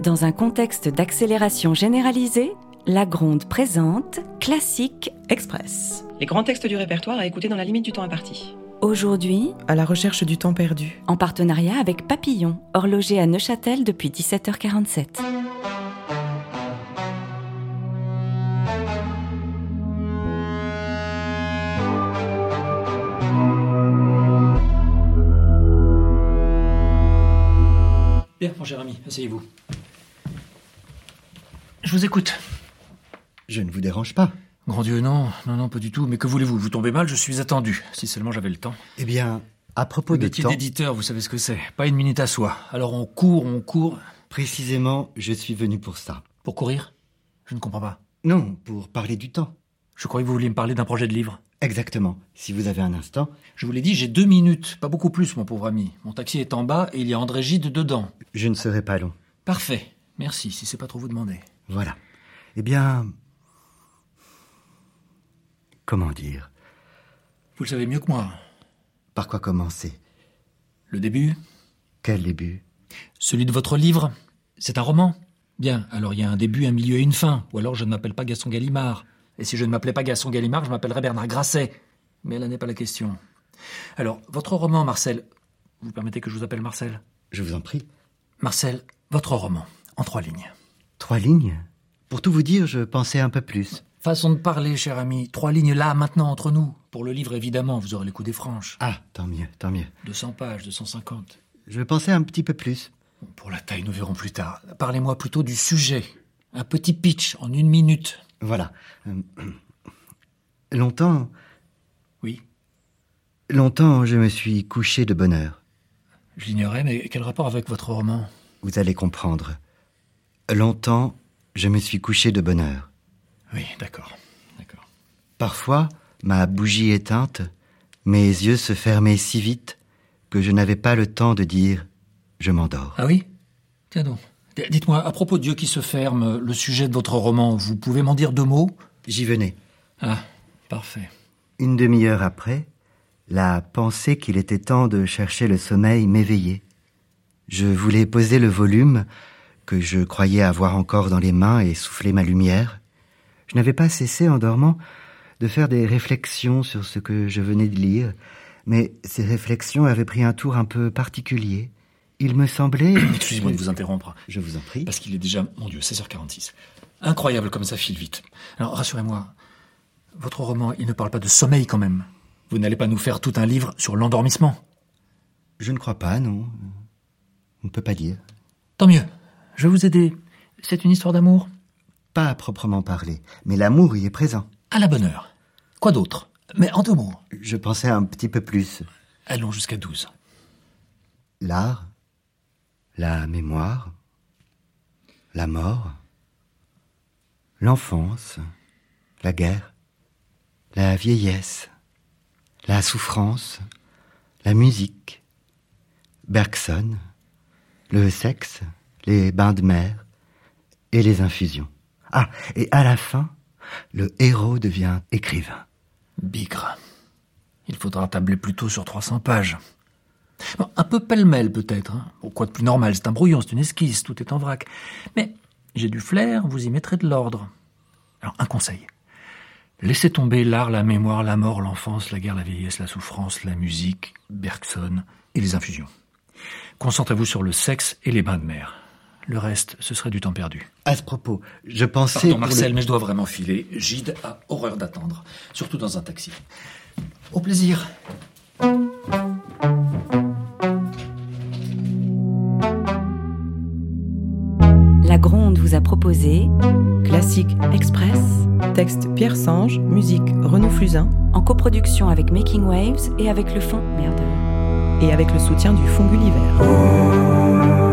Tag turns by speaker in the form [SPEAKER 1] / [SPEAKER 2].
[SPEAKER 1] Dans un contexte d'accélération généralisée, la Gronde présente Classique Express.
[SPEAKER 2] Les grands textes du répertoire à écouter dans la limite du temps imparti.
[SPEAKER 1] Aujourd'hui,
[SPEAKER 3] à la recherche du temps perdu.
[SPEAKER 1] en partenariat avec Papillon, horloger à Neuchâtel depuis 17h47.
[SPEAKER 4] Bien, mon cher ami, asseyez-vous.
[SPEAKER 5] Je vous écoute.
[SPEAKER 6] Je ne vous dérange pas.
[SPEAKER 4] Grand Dieu, non, non, non, pas du tout. Mais que voulez-vous Vous tombez mal, je suis attendu. Si seulement j'avais le temps.
[SPEAKER 6] Eh bien, à propos
[SPEAKER 4] Le
[SPEAKER 6] de
[SPEAKER 4] métier
[SPEAKER 6] temps,
[SPEAKER 4] d'éditeur, vous savez ce que c'est. Pas une minute à soi. Alors on court, on court.
[SPEAKER 6] précisément, je suis venu pour ça.
[SPEAKER 4] Pour courir Je ne comprends pas.
[SPEAKER 6] Non, pour parler du temps.
[SPEAKER 4] Je croyais que vous vouliez me parler d'un projet de livre.
[SPEAKER 6] Exactement. Si vous avez un instant,
[SPEAKER 4] Je vous l'ai dit, j'ai deux minutes, pas beaucoup plus, mon pauvre ami. Mon taxi est en bas et il y a André Gide dedans.
[SPEAKER 6] je ne serai pas long.
[SPEAKER 4] Parfait. Merci, si c'est pas trop vous demander.
[SPEAKER 6] Voilà. Eh bien... Comment dire
[SPEAKER 4] Vous le savez mieux que moi.
[SPEAKER 6] Par quoi commencer
[SPEAKER 4] Le début
[SPEAKER 6] Quel début
[SPEAKER 4] Celui de votre livre C'est un roman Bien, alors il y a un début, un milieu et une fin. Ou alors je ne m'appelle pas Gaston Gallimard. Et si je ne m'appelais pas Gaston Gallimard, je m'appellerais Bernard Grasset. Mais là n'est pas la question. Alors, votre roman, Marcel. Vous permettez que je vous appelle Marcel
[SPEAKER 6] Je vous en prie.
[SPEAKER 4] Marcel, votre roman, en trois lignes.
[SPEAKER 6] Trois lignes Pour tout vous dire, je pensais un peu plus.
[SPEAKER 4] Façon de parler, cher ami. Trois lignes là, maintenant, entre nous. Pour le livre, évidemment, vous aurez les coups des franches.
[SPEAKER 6] Ah, tant mieux, tant mieux.
[SPEAKER 4] 200 pages, 250.
[SPEAKER 6] Je pensais un petit peu plus.
[SPEAKER 4] Bon, Pour la taille, nous verrons plus tard. Parlez-moi plutôt du sujet. Un petit pitch en une minute.
[SPEAKER 6] Voilà. Euh, Longtemps,
[SPEAKER 4] Oui,
[SPEAKER 6] longtemps, je me suis couché de bonne heure.
[SPEAKER 4] Je l'ignorais, mais quel rapport avec votre roman
[SPEAKER 6] Vous allez comprendre. Longtemps, je me suis couché de bonne heure.
[SPEAKER 4] Oui, d'accord, d'accord.
[SPEAKER 6] Parfois, ma bougie éteinte, mes yeux se fermaient si vite que je n'avais pas le temps de dire ⁇ Je m'endors
[SPEAKER 4] Ah oui Tiens donc. D- Dites-moi, à propos de Dieu qui se ferme, le sujet de votre roman, vous pouvez m'en dire deux mots
[SPEAKER 6] ⁇ J'y venais.
[SPEAKER 4] Ah, parfait.
[SPEAKER 6] Une demi-heure après, la pensée qu'il était temps de chercher le sommeil m'éveillait. Je voulais poser le volume que je croyais avoir encore dans les mains et souffler ma lumière. Je n'avais pas cessé en dormant de faire des réflexions sur ce que je venais de lire, mais ces réflexions avaient pris un tour un peu particulier. Il me semblait...
[SPEAKER 4] Excusez-moi de vous interrompre,
[SPEAKER 6] Je vous en prie.
[SPEAKER 4] parce qu'il est déjà, mon Dieu, 16h46. Incroyable comme ça file vite. Alors, rassurez-moi, votre roman, il ne parle pas de sommeil quand même. Vous n'allez pas nous faire tout un livre sur l'endormissement
[SPEAKER 6] Je ne crois pas, non. On ne peut pas dire.
[SPEAKER 4] Tant mieux. Je vais vous aider. C'est une histoire d'amour
[SPEAKER 6] Pas à proprement parler, mais l'amour y est présent.
[SPEAKER 4] À la bonne heure. Quoi d'autre Mais en deux mots.
[SPEAKER 6] Je pensais un petit peu plus.
[SPEAKER 4] Allons jusqu'à 12.
[SPEAKER 6] l'art, la mémoire, la mort, l'enfance, la guerre, la vieillesse, la souffrance, la musique, Bergson, le sexe, les bains de mer et les infusions. Ah, et à la fin, le héros devient écrivain.
[SPEAKER 4] Bigre. Il faudra tabler plutôt sur 300 pages. Bon, un peu pêle-mêle peut-être. hein. Bon, quoi de plus normal C'est un brouillon, c'est une esquisse, tout est en vrac. Mais j'ai du flair, vous y mettrez de l'ordre. Alors, un conseil. Laissez tomber l'art, la mémoire, la mort, l'enfance, la guerre, la vieillesse, la souffrance, la musique, Bergson et les infusions. Concentrez-vous sur le sexe et les bains de mer. Le reste, ce serait du temps perdu.
[SPEAKER 6] À ce propos, je pensais...
[SPEAKER 4] Pardon
[SPEAKER 6] pour le-
[SPEAKER 4] Marcel, mais je dois vraiment filer. Gide a horreur d'attendre, surtout dans un taxi. Au plaisir.
[SPEAKER 1] La Gronde vous a proposé Classique Express
[SPEAKER 3] Texte Pierre Sange, musique Renaud Flusin
[SPEAKER 1] en coproduction avec Making Waves et avec le fonds Merde.
[SPEAKER 3] et avec le soutien du Fonds Gulliver.